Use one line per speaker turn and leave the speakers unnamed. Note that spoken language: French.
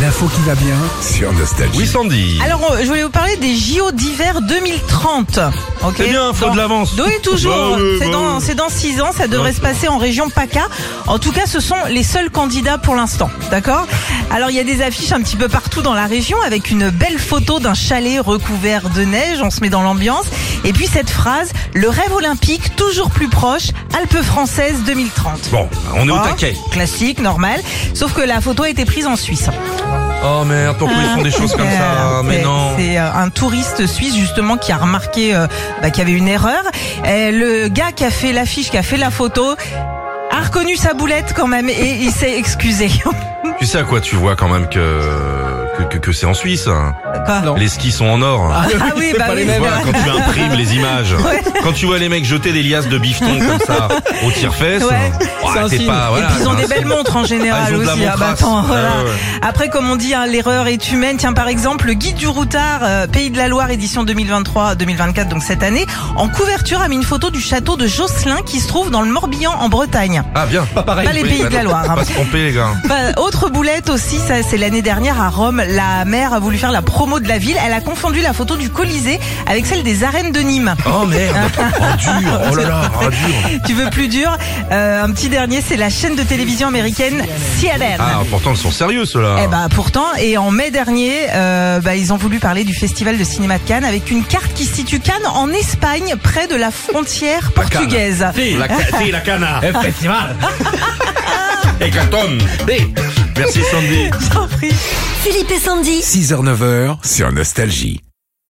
L'info qui va bien.
sur Nostalgie.
Oui, Sandy.
Alors, on- je voulais vous parler des JO d'hiver 2030. Ok.
Eh bien, faut
Dans-
de l'avance.
Oui, toujours.
Bah oui,
c'est
bah
dans
oui. Bah
c'est dans six ans. Ça devrait
Ouais.
se passer en région PACA. En tout cas, ce sont les seuls candidats pour l'instant. D'accord. Alors, il y a des affiches un petit peu partout dans la région avec une belle photo d'un chalet recouvert de neige. On se met dans l'ambiance. Et puis cette phrase "Le rêve olympique toujours plus proche, Alpes françaises 2030".
Bon, on est au
Hein
taquet.
Classique, normal. Sauf que la photo a été prise en Suisse.
Oh merde, pourquoi ils font des choses comme ça
Euh,
Mais
c'est-
non.
C'est euh, un touriste suisse justement qui a remarqué euh, bah, qu'il y avait une erreur. Et le gars qui a fait l'affiche, qui a fait la photo, a reconnu sa boulette quand même et il s'est excusé.
Tu sais à quoi tu vois quand même que que, que- que c'est en Suisse. hein.
Quoi
Non.
Les skis sont en or.
Ah oui, bah oui.
Tu vois, quand tu imprimes les images,
Ouais.
quand tu vois les mecs jeter des liasses de bifton comme ça au tire-fesse,
Ouais.
oh,
C'est un
t'es
signe.
pas.
Et
voilà,
puis ils ont
c'est
des
un
belles
signe.
montres en
Ah,
général
ils ont de la
aussi. Ah bah
montrasse.
attends,
Ouais,
voilà.
ouais, ouais.
Après, comme on dit, hein, l'erreur est humaine. Tiens, par exemple, le guide du routard, euh, Pays de la Loire, édition 2023-2024, donc cette année, en couverture a mis une photo du château de Josselin qui se trouve dans le Morbihan en Bretagne.
Ah bien.
Pas pareil.
Pas les pays de la Loire. hein.
Pas se tromper les gars.
Bah, autre boulette aussi, ça c'est l'année dernière à Rome, la maire a voulu faire la promo de la ville. Elle a confondu la photo du Colisée avec celle des arènes de Nîmes.
Oh merde. Oh dur. Oh là là. Oh dur.
Tu veux plus dur Euh, Un petit dernier, c'est la chaîne de télévision américaine CNN.
Ah pourtant ils sont sérieux ceux-là.
Eh bah pourtant, et en mai dernier, euh, bah, ils ont voulu parler du festival de cinéma de Cannes avec une carte qui situe Cannes en Espagne, près de la frontière
La Cannes.
portugaise.
La, ca- si, la cana.
Festival.
Hécatombe. Merci Sandy.
Je t'en prie.
Philippe et Sandy.
6h, 9h.
Sur Nostalgie.